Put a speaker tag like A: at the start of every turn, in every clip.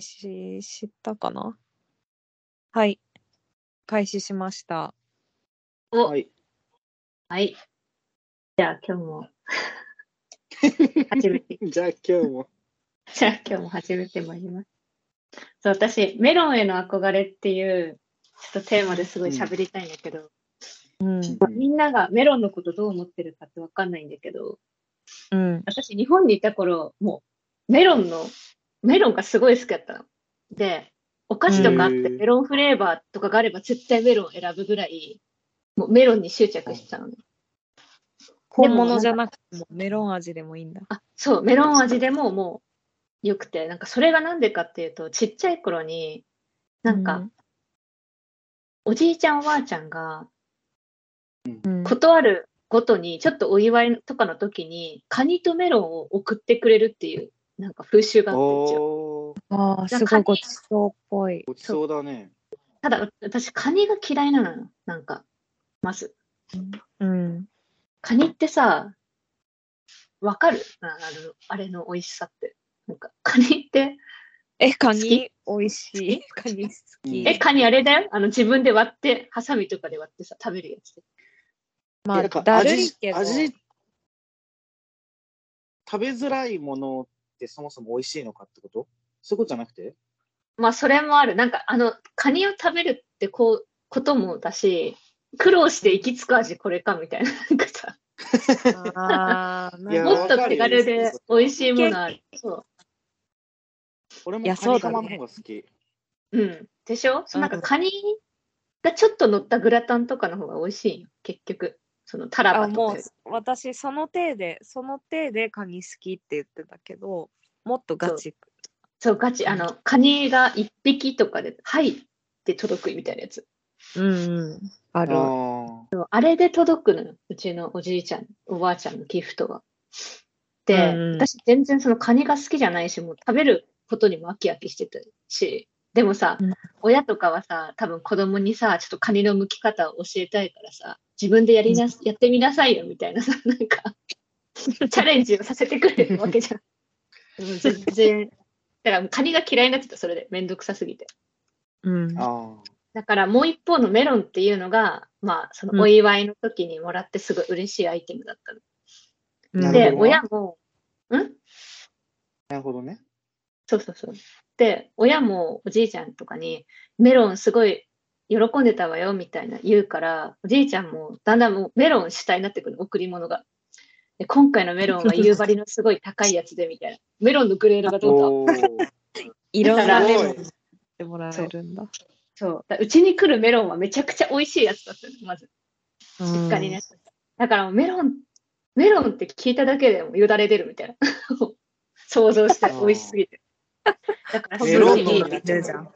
A: し、知ったかなはい。開始しました。
B: お
C: はい。
B: はい。じゃあ今日 も、始めて、
C: じゃあ今日も。
B: じゃあ今日も始めてまいります。そう、私、メロンへの憧れっていう、ちょっとテーマですごい喋りたいんだけど、
A: うん。
B: みんながメロンのことどう思ってるかってわかんないんだけど、
A: うん。
B: 私、日本にいた頃、もう、メロンの、メロンがすごい好きだったの。で、お菓子とかあって、
C: へー
B: メロンフレーバーとかがあれば絶対メロン選ぶぐらい、もうメロンに執着してたのね。
A: 本物じゃなくてもメロン味でもいいんだ。
B: あ、そう、メロン味でももう良くて、なんかそれがなんでかっていうと、ちっちゃい頃に、なんか、おじいちゃんおばあちゃんが、
A: うん、
B: ことあるごとに、ちょっとお祝いとかの時に、カニとメロンを送ってくれるっていう、なんか風習があったんですよ。
C: おー、
A: ああ、すごいごちそうっぽい。
C: ごちそうだね。
B: ただ、私、カニが嫌いなのよ。なんか、まず。
A: うん。
B: カニってさ、わかるああのあれの美味しさって。なんか、カニって、
A: え、カ
B: 好
A: ニ
B: き
A: 美味しい。 カニ好き。
C: うん
B: え、カニあれだよあの、自分で割って、ハサミとかで割ってさ、食べるやつ。
A: ま
C: いや
A: あ、だるいけど。
C: 味、食べづらいものってそもそも美味しいのかってことそういうことじゃなくて
B: まあ、それもある。なんか、あの、カニを食べるってこう、こともだし、苦労して行き着く味これかみたいな。なんかさ、
A: ああ、
C: いや
A: な
B: も
A: ん
B: っと手軽で美味しいものある。そ
C: 俺も
A: いや
C: カ
A: そう
C: ニ
A: だ
C: カ
A: ね
C: マの方が好き。
B: う。うん。でしょ
A: う
B: そう
A: ん
B: なんか、カニがちょっと乗ったグラタンとかの方が美味しいよ。結局。その、タラ
A: か
B: バ
A: あ
B: と
A: も
B: かよ
A: う、私、その手で、その手でカニ好きって言ってたけど、もっとガチ。
B: そう、ガチ。あの、カニが一匹とかで、はいって届くみたいなやつ。
A: うんうん。あ
C: あ
A: る。
C: ー
B: そうあれで届くのよ。うちのおじいちゃん、おばあちゃんのギフトが。で、
A: うんうん
B: 私全然そのカニが好きじゃないし、もう食べることにも飽き飽きしてたし、でもさ、
A: うん
B: 親とかはさ、多分子供にさ、ちょっとカニの剥き方を教えたいからさ、自分でやりな、やってみなさいよみたいなさ、 なんか、チャレンジをさせてくれるわけ じゃん。でも全然、だからもうカニが嫌いになってた、それで。めんどくさすぎて。
A: うん。
C: あ
B: だからもう一方のメロンっていうのが、まあ、そのお祝いの時にもらってすごい嬉しいアイテムだったの。
C: なる
B: で、
C: ほど
B: 親も、ん
C: ー。なるほどね。
B: そうそうそう。で、親もおじいちゃんとかに、メロンすごい喜んでたわよみたいな言うから、おじいちゃんもだんだんもうメロン主体になってくる、贈り物が。で今回のメロンは夕張のすごい高いやつでみたいな。メロンのグレードがどんどん
C: おー
A: いろんなメロン
C: すごい
A: やってもらえるんだ。
B: そう。だうちに来るメロンはめちゃくちゃ美味しいやつだったの、まず。
A: うん
B: 実家にね。。だからもうメロン、メロンって聞いただけでもよだれ出るみたいな。 想像して美味しすぎ て。だから
C: メ
B: す
C: ロ
B: ご
C: ン
B: い
C: 脳になっちゃ
A: 出
C: う
A: るじゃん。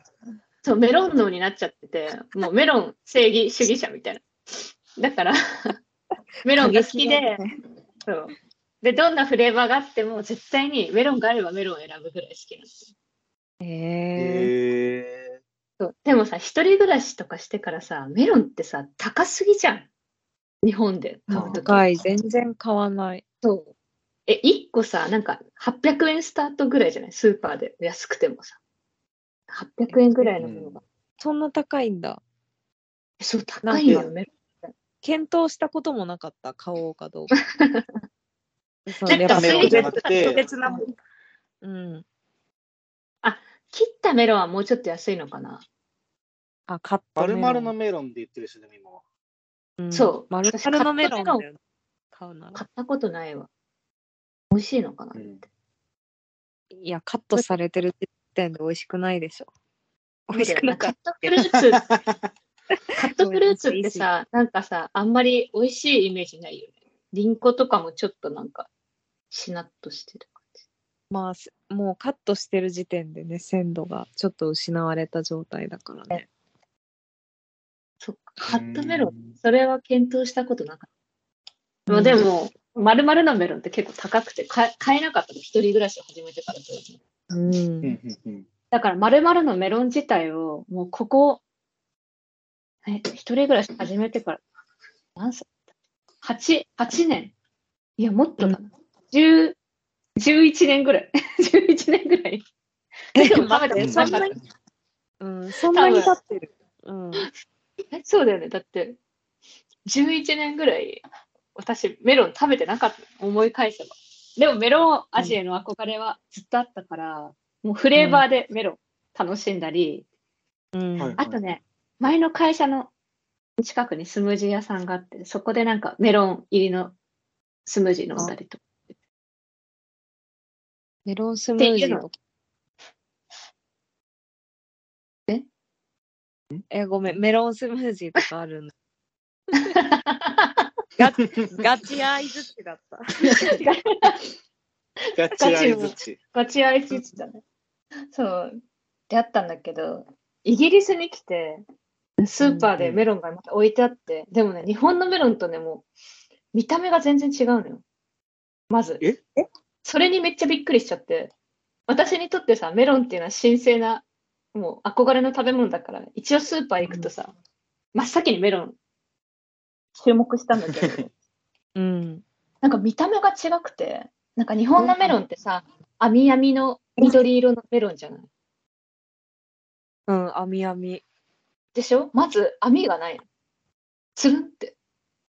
B: そう、メロン脳になっちゃってて、もうメロン正義主義者みたいな。だから、 メロンが好きで、そう。で、どんなフレーバーがあっても、絶対にメロンがあればメロンを選ぶぐらい好きなんですよ。
A: へえ。
C: へ
B: そうでもさ、一人暮らしとかしてからさ、メロンってさ、高すぎじゃん。日本で買うとき。
A: 高い、全然買わない。
B: そう。え、1個さ、なんか800円スタートぐらいじゃないスーパーで安くてもさ。800円ぐらいのものが。
A: そんな高いんだ。
B: えそう、高いよ
A: な
B: ね。
A: 検討したこともなかった、買おうかどうか。そ
B: なん
C: ぱ
B: か
C: メロンじゃなくて
B: 切っ
A: 別なも
B: た
A: んうん。
B: 切ったメロンはもうちょっと安いのかな。
A: あ、買っ
C: ー。
A: た
C: 丸
A: メロン。
C: 々のメロンで言ってるしね、今は。
A: うん
B: そう
A: 丸々のメロンだよな。買うなら。
B: 買ったことないわ。美味しいのかな。
C: うん
A: いや、カットされてる時点で美味しくないでしょ。美味しくなかっ
B: カットフルーツ、 カットフルーツってさ、なんかさ、あんまり美味しいイメージないよね。リンゴとかもちょっとなんか、しなっとしてる。
A: た。まあす、もうカットしてる時点でね、鮮度がちょっと失われた状態だからね。
B: そっか、カットメロンそれは検討したことなかった。
A: う
B: ま
A: ん
B: あでも、丸々のメロンって結構高くて、か買えなかったの、一人暮らしを始めてからというの
A: うん。
C: うんうんうん
B: だから、丸々のメロン自体を、もうここ、え、一人暮らし始めてから、何歳だ ?8、8年いや、もっとだな。10、11年ぐらい。11年ぐらいでも食べたこと
C: そん
B: な
C: な
B: かっ
C: に
A: うん、そんなに経ってる。うん、
B: た。えそうだよね。だって、11年ぐらい、私、メロン食べてなかった。思い返せば。
D: でもメロン味への憧れはずっとあったから、もうフレーバーでメロン楽しんだり、
A: うん
C: はい
D: あとね、前の会社の近くにスムージー屋さんがあって、そこでなんかメロン入りのスムージー飲んだりとか。
A: メロンスムージーとか。
D: え
A: え、ごめん、メロンスムージーとかあるの。ガ ガチアイズッチだった。
C: ガチアイズチ。
B: ガチアイスってたね。そう。であったんだけど、イギリスに来て、スーパーでメロンがまた置いてあって、でもね、日本のメロンとね、もう、見た目が全然違うのよ。まず。
C: え
B: それにめっちゃびっくりしちゃって、私にとってさ、メロンっていうのは神聖な、もう憧れの食べ物だから、一応スーパー行くとさ、真っ先にメロン、注目したんだけど、
A: うん。
B: なんか見た目が違くて、なんか日本のメロンってさ、網網の緑色のメロンじゃない
A: うん、あみあみ。
B: でしょまず網がないの。つるんって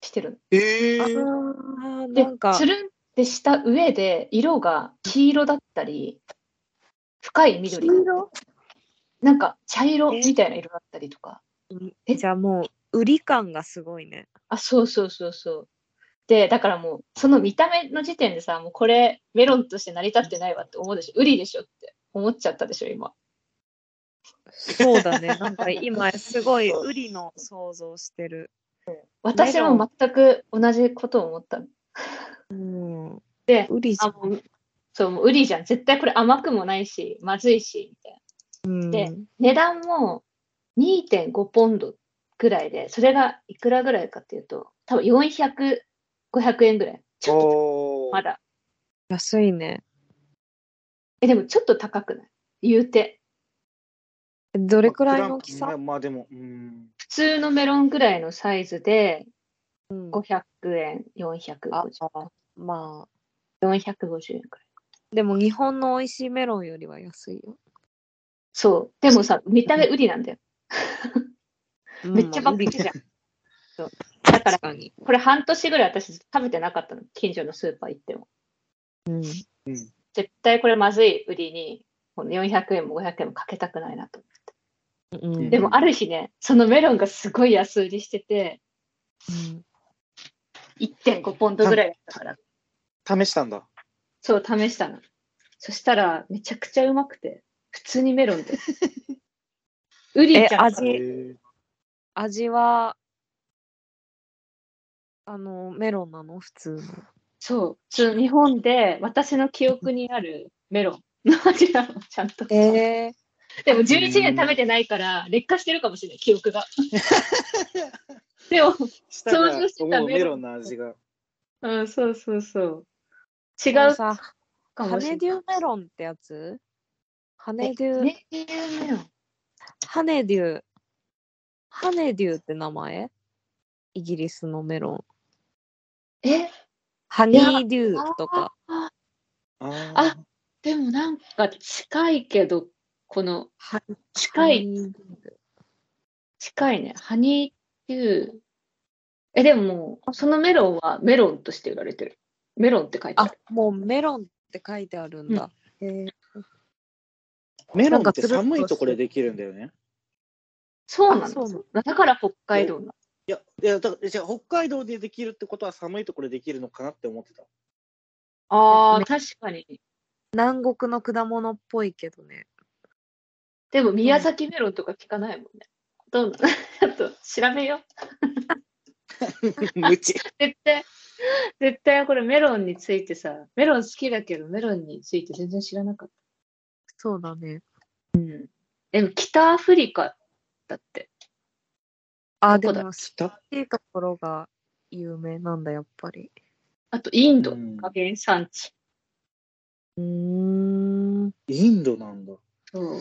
B: してる
C: ええ
A: あ
C: ー。
A: ー
B: の。で
A: なんか
B: つ、るんってした上で色が黄色だったり、深い緑だったりなんか茶色みたいな色だったりとか。え
A: じゃあもう、売り感がすごいね。
B: あ、そうそうそうそう。で、だからもう、その見た目の時点でさ、もうこれ、メロンとして成り立ってないわって思うでしょ。ウリでしょって思っちゃったでしょ、今。
A: そうだ ね。なんか今、すごい、売りの想像してる。
B: 私も全く同じことを思った。
A: うん。
B: で、
A: 売りじゃ
B: あ、
A: ん
B: もう、そう、もうウリじゃん。絶対これ甘くもないし、まずいし、みたいな。
A: うん
B: で値段も2.5ポンドぐらいで、それがいくらぐらいかっていうと、多分400、500円ぐらい。ちょっ
C: お
B: と
C: ー
B: まだ。
A: 安いね。
B: え、でもちょっと高くない言うて。
A: どれくらいの大き
C: まあ
A: さ
C: まあでも、うん。
B: 普通のメロンぐらいのサイズで、
A: うん
B: 500円、450
A: あまあ、
B: 450円くらい。
A: でも日本の美味しいメロンよりは安いよ。
B: そう。でもさ、見た目売りなんだよ。めっちゃバ
A: う
B: ッ
A: ん
B: クじゃん。
A: だ
B: から
A: かに。
B: これ半年ぐらい私食べてなかったの。近所のスーパー行っても。
A: うん。
B: 絶対これまずい売りに、この400円も500円もかけたくないなと。
A: うん
B: でもある日ね、そのメロンがすごい安売りしてて、1.5ポンドぐらいだったから、
C: 試したんだ。
B: そう試したの。そしたら、めちゃくちゃうまくて、普通にメロン で。ウリちゃん
A: え
B: から、
C: え
A: 味は、あの、メロンなの普通の。
D: そう、普通日本で私の記憶にあるメロンの味なの、ちゃんと。
A: え
B: でも11年食べてないから、劣化してるかもしれない、記憶 が。でも、
C: 下が
B: 想像してた
C: 思うメ
B: メ
C: ロ
B: ロ
C: ン
B: ン
C: の味が。
B: うん、そうそうそう。違
A: 違
B: う
A: うさ、
B: か
A: ハ
B: もし
A: ネ
B: れ
A: デ
B: ない。
A: ューメロンってやつハネデュー、
B: ねねメロン。
A: ハネデュー、ハネデューって名前イギリスのメロン。
B: え、
A: ハニーデューとか。
C: あ
D: でもなんか近いけど、この
A: は
D: 近い、
A: ハニーデュー
D: 近いね。ハニーデュー。
B: え、でももう、そのメロンはメロンとして売られてる。メロンって書いてあ
A: あ
B: る。
A: もうメロンって書いてあるんだ。へえ
C: メ
A: な
C: ロンって
A: んかつるっと
C: 寒いところでできるんだよね。
B: そうな
A: あそうな
B: の。だから北海道なの。
C: いや、いやだからじゃあ北海道でできるってことは寒いところでできるのかなって思ってた。
B: ああ、確かに。
A: 南国の果物っぽいけどね。
B: でも宮崎メロンとか聞かないもんね。どうなのちょっと調べよう。
C: 無知。
B: 絶対、絶対これメロンについてさ、メロン好きだけどメロンについて全然知らなかっ
A: そうだね。
B: た。でも北アフリカだって。
A: あ
B: ど
A: で
B: こだ
A: も好きいところが有名なんだやっぱり。
B: あとインド
C: うん
B: が原産地。
A: うーん。
C: インドなんだ。
B: そう。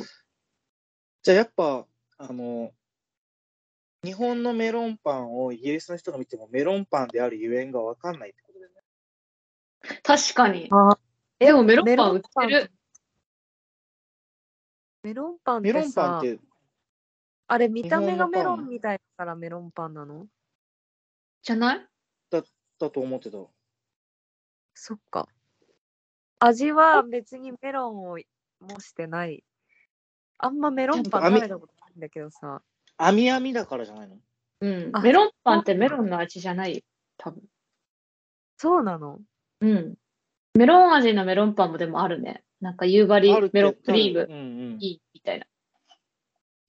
C: じゃあやっぱ、あの、日本のメロンパンをイギリスの人が見てもメロンパンであるゆえんがわかんないってことだよね。
B: 確かに。
A: あ
B: でもメロンパン売っ
A: メ
B: てる。
A: メロンパンって
C: メ
A: さ
C: ロンパンって、
A: あれ見た目が
C: 日
A: メ
C: 本の
A: ロ
C: パン
A: ンみたいだからメロンパンなの
B: じゃない
C: だと思ってた。
A: そっか。味は別にメロンをもしてない。あんまメロンパン食べたことないんだけどさ。
C: 網み網だからじゃないの
B: うん
A: あ。
B: メロンパンってメロンの味じゃないよ。多分。
A: そうなの
B: うん。メロン味のメロンパンもでもあるね。なんか夕張
C: あるって
B: メロンクリーム
C: うんうん
B: いいみたいな。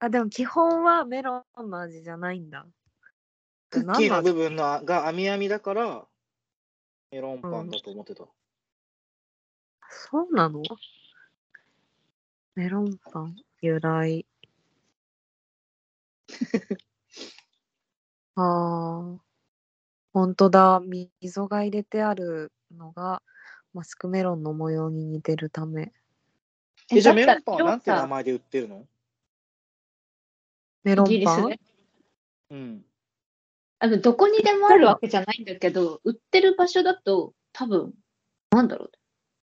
A: あ、でも基本はメロンの味じゃないんだ。
C: クッキーの
A: なんだ
C: 部分のが網網だから、メロンパンだと思ってた。
A: そうなのメロンパン由 来。あーほんとだ。溝が入れてあるのがマスクメロンの模様に似てるため。
C: え、じゃあメロンパンは
B: だ
C: な
B: っ
C: ん
B: た
C: て
B: ら
C: 名前で売ってるの
A: メロ
B: イギ
A: ン
B: リ
A: パ
B: ス
A: ン
B: ね。
C: うん。
B: あの、どこにでもあるわけじゃないんだけど、売ってる場所だと、多分、なんだろう。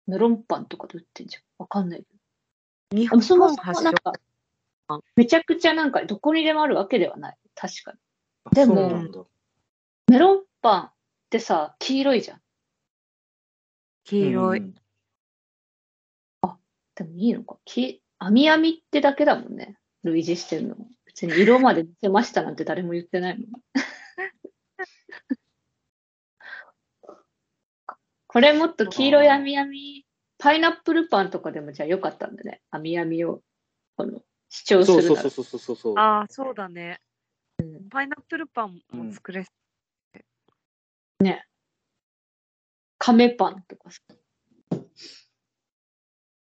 B: メロンパンとかで売ってんじゃん。わかんないけど。
A: 日
B: でも
A: 本
B: そもそも
A: 発
B: なん
A: 祥
B: か、めちゃくちゃなんか、どこにでもあるわけではない。確かに。
C: あ
B: でも
C: そうなんだ。
B: メロンパンってさ、黄色いじゃん。
A: 黄色い、
C: うん
B: でもいいのか。き、網網ってだけだもんね。類似してるの。別に色まで似てましたなんて誰も言ってないもん。 これもっと黄色い網網、パイナップルパンとかでもじゃあよかったんだね。網網を、この、主張す
C: そう
B: る
C: そう
B: なら。
C: そうそうそうそう。
A: ああそうだね、パイナップルパンも作れ、
B: 亀パンとかさ。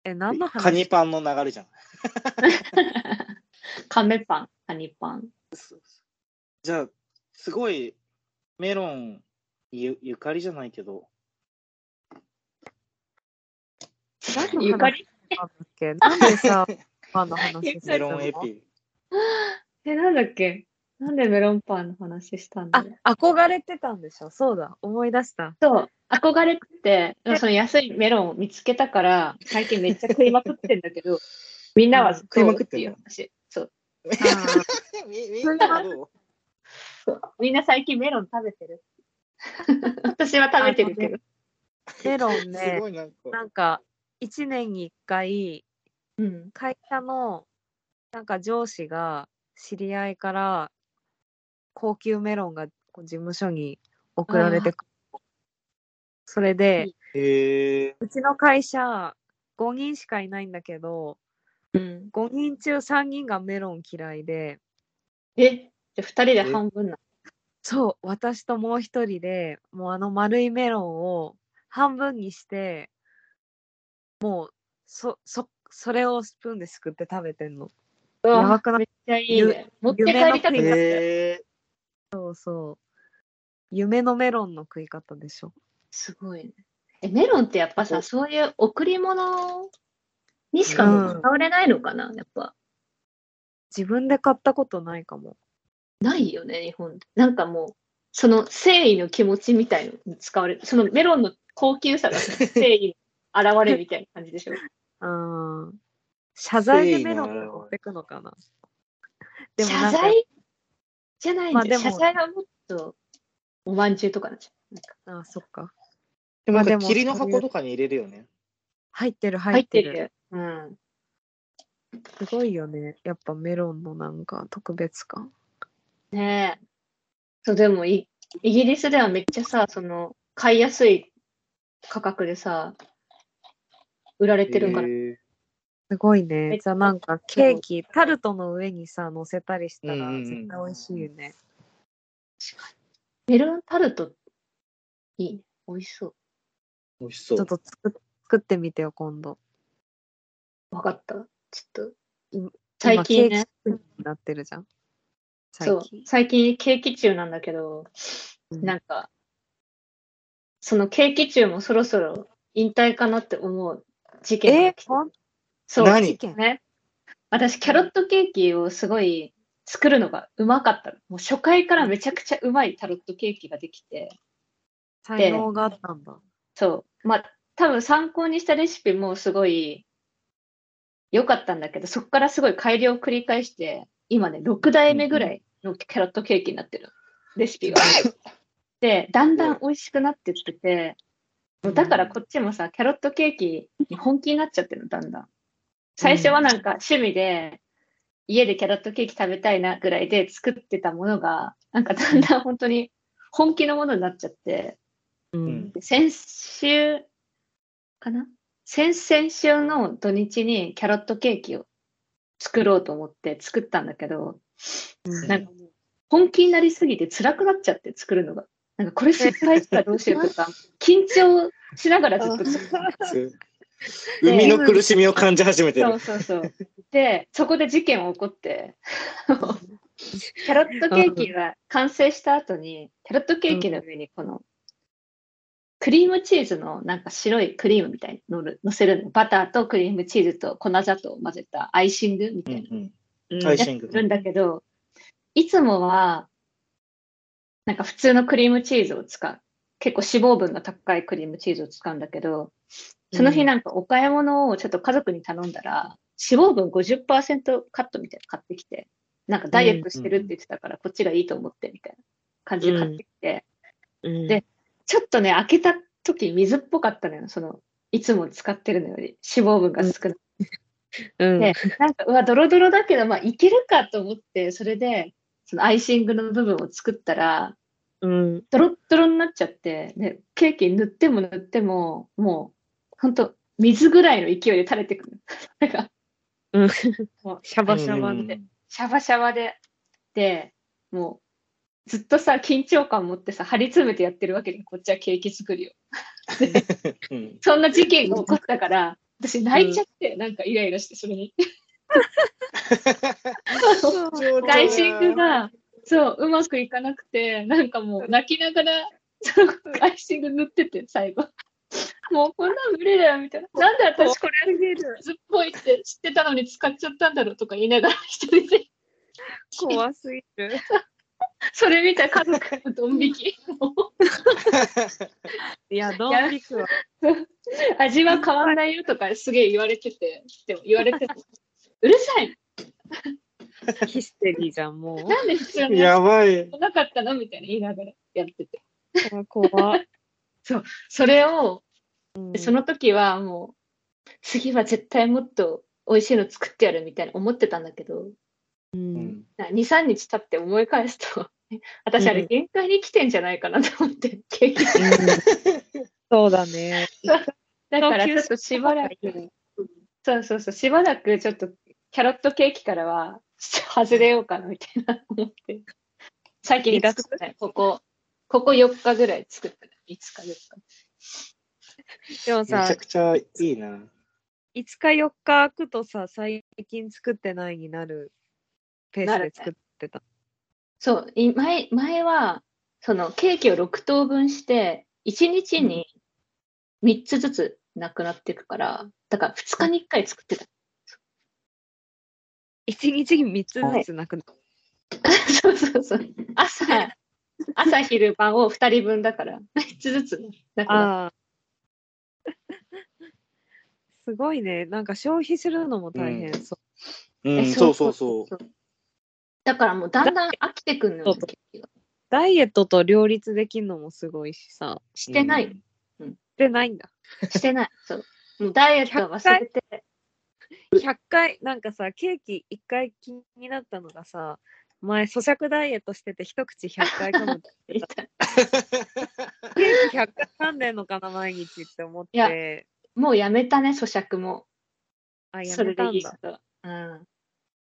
A: え何の話
C: カニパンの流れじゃん。
B: 亀パン、カニパン。
C: じゃあ、すごい、メロンゆ、ゆかりじゃないけど、
A: 何の話
B: ゆかり
A: なんだっけなんでさパンの話して
C: メ
A: た
C: ロ
A: の
C: ンエピ。
B: え、なんだっけなんでメロンパンの話したんだ
A: あ
B: ろう
A: 憧れてたんでしょそうだ思い出 した
B: そう、憧れって、でもその安いメロンを見つけたから、最近めっちゃ食いまくってんだけど、みんなは
C: 食いま
B: どう
C: くってん
B: い
C: の
B: う話。そう。
C: みみんなはどう
B: そうみんな最近メロン食べてる私は食べてるけど。
A: メロン
C: す
A: ね
C: ごいなんか。
A: なんか1年に1回
B: うん。
A: 会社のなんか上司が知り合いから高級メロンがこう事務所に送られてくるそれで、
C: へえ。
A: うちの会社5人しかいないんだけど
B: うん、
A: 5人中3人がメロン嫌いで
B: え、じゃあ2人で半分な
A: そう私ともう一人でもうあの丸いメロンを半分にしてもうそそそれをスプーンですくって食べてんの
B: の。
A: やばくない
B: めっちゃいいね。持って帰りたくなっ
A: 夢
B: た
A: の。
C: へえ。
A: そうそう夢のメロンの食い方でしょ
B: すごいね。え、メロンってやっぱさ、そういう贈り物にしか
A: うん
B: 使われないのかな、やっぱ。
A: 自分で買ったことないかも
B: ないよね、日本で。なんかもう、その誠意の気持ちみたいのに使われる。そのメロンの高級さが 誠意の現れみたいな感じでしょ。
A: うん謝罪でメロンって持ってくのかな でもな
B: 謝
A: んか
B: 罪じゃないんだよ、
A: まあでも
B: 謝罪はもっとおまんじゅうとかなんじゃん。なんか
A: あそっか
C: でもなん
A: まあで
C: か
A: も
C: 霧の箱とかに入れるよね。
A: 入ってる入
B: 入
A: っ
B: ってて
A: る
B: る。うん。
A: すごいよねやっぱメロンのなんか特別感
B: ねえ。そう、でもイ、イギリスではめっちゃさ、その、買いやすい価格でさ、売られてるから。
C: へえ
A: すごい
B: め
A: ね
B: っちゃ
A: じゃあなんかケーキタルトの上にさ乗せたりした
C: うん
A: ら
C: うんうん
A: 絶対美味しいよね、
B: メロンタルト、いいね。美味しそう。
C: 美味しそう。
A: ちょっと作っ作ってみてよ今度
B: わかった。ちょっ
A: 今
B: と、最近ね、
A: 今ケーキ作りになってるじゃん最
B: そう
A: 近、
B: 最近ケーキ中なんだけど、
A: うん
B: なんか、そのケーキ中もそろそろ引退かなって思う事件
A: え
B: が来て
A: ほん
B: そう、
C: 何
A: 事件
B: ね。私、キャロットケーキをすごい作るのがうまかったの。もう初回からめちゃくちゃうまいタロットケーキができて、
A: 才能があったんだ
B: そう。まあ、多分参考にしたレシピもすごい、良かったんだけど、そこからすごい改良を繰り返して、今ね、6代目ぐらいのキャロットケーキになってる、レシピが。で、だんだん美味しくなってってて、もうだからこっちもさ、キャロットケーキに本気になっちゃってるの、だんだん。最初はなんか趣味で、家でキャロットケーキ食べたいなぐらいで作ってたものが、なんかだんだん本当に本気のものになっちゃって、
A: うん
B: で先週かな先々週の土日にキャロットケーキを作ろうと思って作ったんだけど、
A: うん
B: なんかもう本気になりすぎて辛くなっちゃって作るのが。なんかこれ失敗したらどうしようとか、緊張しながらずっと作 る。
C: 生みの苦しみを感じ始めて
B: そ
C: る。
B: うそうそう。で、そこで事件起こって、 キャロットケーキが完成した後に、キャロットケーキの上にこの、クリームチーズのなんか白いクリームみたいに乗る乗せるの。バターとクリームチーズと粉砂糖を混ぜたアイシングみた
C: う
B: い
C: ん
B: な。
C: うん
A: うん
C: ア
B: や
C: イシ
B: つ
C: ング
B: するんだけど、いつもは、なんか普通のクリームチーズを使う。結構脂肪分が高いクリームチーズを使うんだけど、その日なんかお買い物をちょっと家族に頼んだら、脂肪分50%カットみたいなの買ってきて、なんかダイエットしてるって言ってたから、こっちがいいと思ってみたいな感じで買ってきて、
A: うん
B: でちょっとね、開けた時水っぽかったのよ、その、いつも使ってるのより脂肪分が少ない。
A: うん
B: で、なんか、うわ、ドロドロだけど、まあ、いけるかと思って、それで、そのアイシングの部分を作ったら、
A: うん
B: ドロッドロになっちゃって、で、ケーキ塗っても塗っても、もう、ほんと、水ぐらいの 勢いで垂れてくる。なんか、
A: うん
B: もう、
A: シャバシ ャバ
C: うん
A: で
B: シャバシャバで。で、もう、ずっとさ、緊張感持ってさ、張り詰めてやってるわけで、こっちはケーキ作りを。
C: うん
B: そんな事件が起こったから、私泣いちゃって、なんかイライラして、それに。外ングが、そう、うまくいかなくて、なんかもう泣きながら、そう外ング塗ってて、最後。もうこんなん無理だよ、みたいな。なんで私これ、水っぽいって知ってたのに使っちゃったんだろうとか言いながら、一人で、
A: 怖すぎる
B: それ見た家族のドン引き。もう
A: いやどう
B: や
A: りくわ
B: 味は変わらないよとかすげえ言われてて、でも言われても、うるさい
A: ヒステリーじゃんも
B: なんで必要な
C: やばい。
B: なかったのみたいな言いながらやってて。
A: う怖っ
B: それを
A: うん
B: でその時はもう、次は絶対もっと美味しいの作ってやるみたいな思ってたんだけど、
A: うん
B: な2、3日経って思い返すと、私あ
A: う
B: れ
A: ん
B: 限界に来てんじゃないかなと思って、ケーキ
A: そうだね
B: だからちょっとしばらく、そうそうそう、しばらくちょっとキャロットケーキからは外れようかなみたいな思って、最近作ってない、ここ、ここ4日ぐらい作ってない、5日4日。
A: でも
C: めちゃ
A: さ
C: くちゃいいな。
A: 5日4日空くとさ最近作ってないになるペースで作ってた、
B: そう、い前、前は、そのケーキを6等分して、1日に3つずつなくなっていくから、だから2日に1回作ってた。
A: 一日に3つずつなくなる、
B: そうそうそう。朝、朝昼晩を2人分だから、3つずつなくなっ
A: ああすごいねなんか消費するのも大変そ
C: うん、
B: え
C: そうそうそう。
B: う。だからもうだんだん飽きてくんのよ、
A: そうそう
B: ケーキが
A: うダイエットと両立できるのもすごいしさ
B: してない、
C: うん。
A: でないんだ
B: してない。そう。もうダイエットは忘れて、
A: 100回なんかさケーキ1回気になったのがさ前咀嚼ダイエットしてて一口100回噛むって
B: みたい
A: ケーキ100回噛んでんのかな毎日って思っ
B: いや
A: て
B: なもうやめたね、咀嚼も。
A: あや
B: そ
A: め
B: れで
A: たん
B: いい
A: だ
B: ことうん。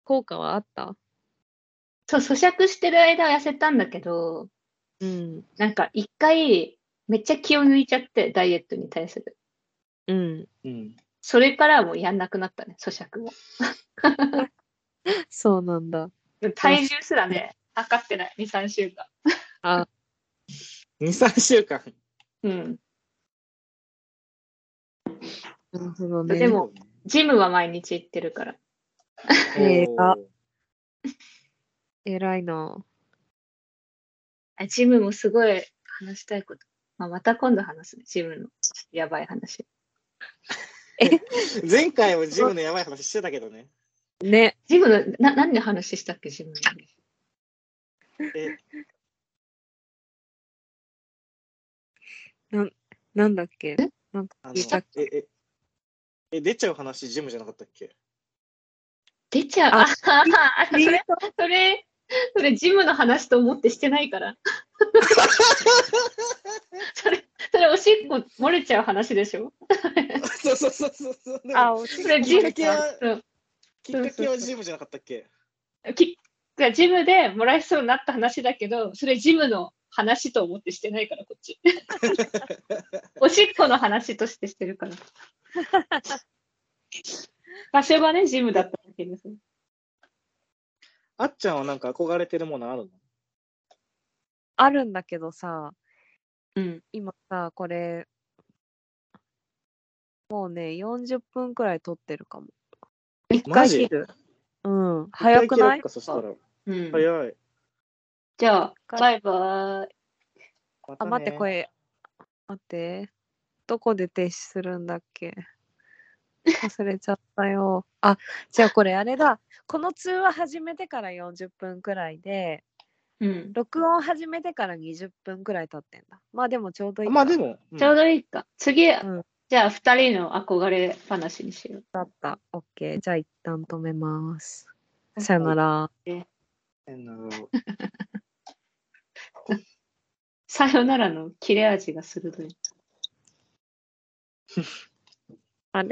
A: 効果はあった
B: そう、咀嚼してる間は痩せたんだけど、
A: うん
B: なんか一回、めっちゃ気を抜いちゃって、ダイエットに対する。
A: うん
C: うん。
B: それからはもうやんなくなったね、咀嚼も。
A: そうなんだ
B: 体重すらね、測ってない、2、3週間。
A: あ
C: 2、3週間。
B: うん。
A: なるほどね
B: でも、ジムは毎日行ってるから。
A: えー
C: お
A: あ
C: ー
A: 偉いな
B: あジムもすごい話したいこと。まあ、また今度話すね、ジムの。ちょっとやばい話。
C: 前回もジムのやばい話してたけどね。
A: ね、
B: ジムの、な、何の話したっけ、ジムの。
C: え、
A: なんだっけ
B: え。
A: なんか
C: あの
A: 言ったっ、け
C: え、え、え出ちゃう話、ジムじゃなかったっけ
B: 出ちゃう。
A: あ
B: あそれ、それ、それ、ジムの話と思ってしてない から。それ、それ、おしっこ漏れちゃう話でしょ
C: そうそうそうそうそう。でも
A: あ、おし
B: それ、ジ
C: きっ
B: ム
C: かけは、
B: そう
C: きっかけはジムじゃなかったっけ
B: きジムでもらえそうになった話だけど、それジムの話と思ってしてないから、こっ ち。おしっこの話としてしてるから。場所がね、ジムだったわけです。
C: あっちゃんはなんか憧れてるものあるの
A: あるんだけどさ、
B: うん。
A: 今さ、これ、もうね、40分くらい撮ってるかも。一
C: マ
A: 回
C: ジ
A: 切るうん、早くない
C: 一回切ろうかそしたら。
B: うん、
C: 早い。
B: じゃあ、
A: か
B: バイバイ。
C: また
A: あ、
C: ね
A: 待って、こ。れ、待って。どこで停止するんだっ け忘れちゃったよ。あ、じゃあこれあれだ。この通話始めてから40分くらいで、
B: うん。
A: 録音始めてから20分くらい経ってんだ。まあでもちょうどいい
C: あ
A: か。
C: まあでも、うん
B: ちょうどいいか。次、
A: ん
B: じゃあ、二人の憧れ話にしよう。
A: だった。オッケー。じゃあ一旦止めます。さよなら。
B: さよならの切れ味が鋭い。
A: あれ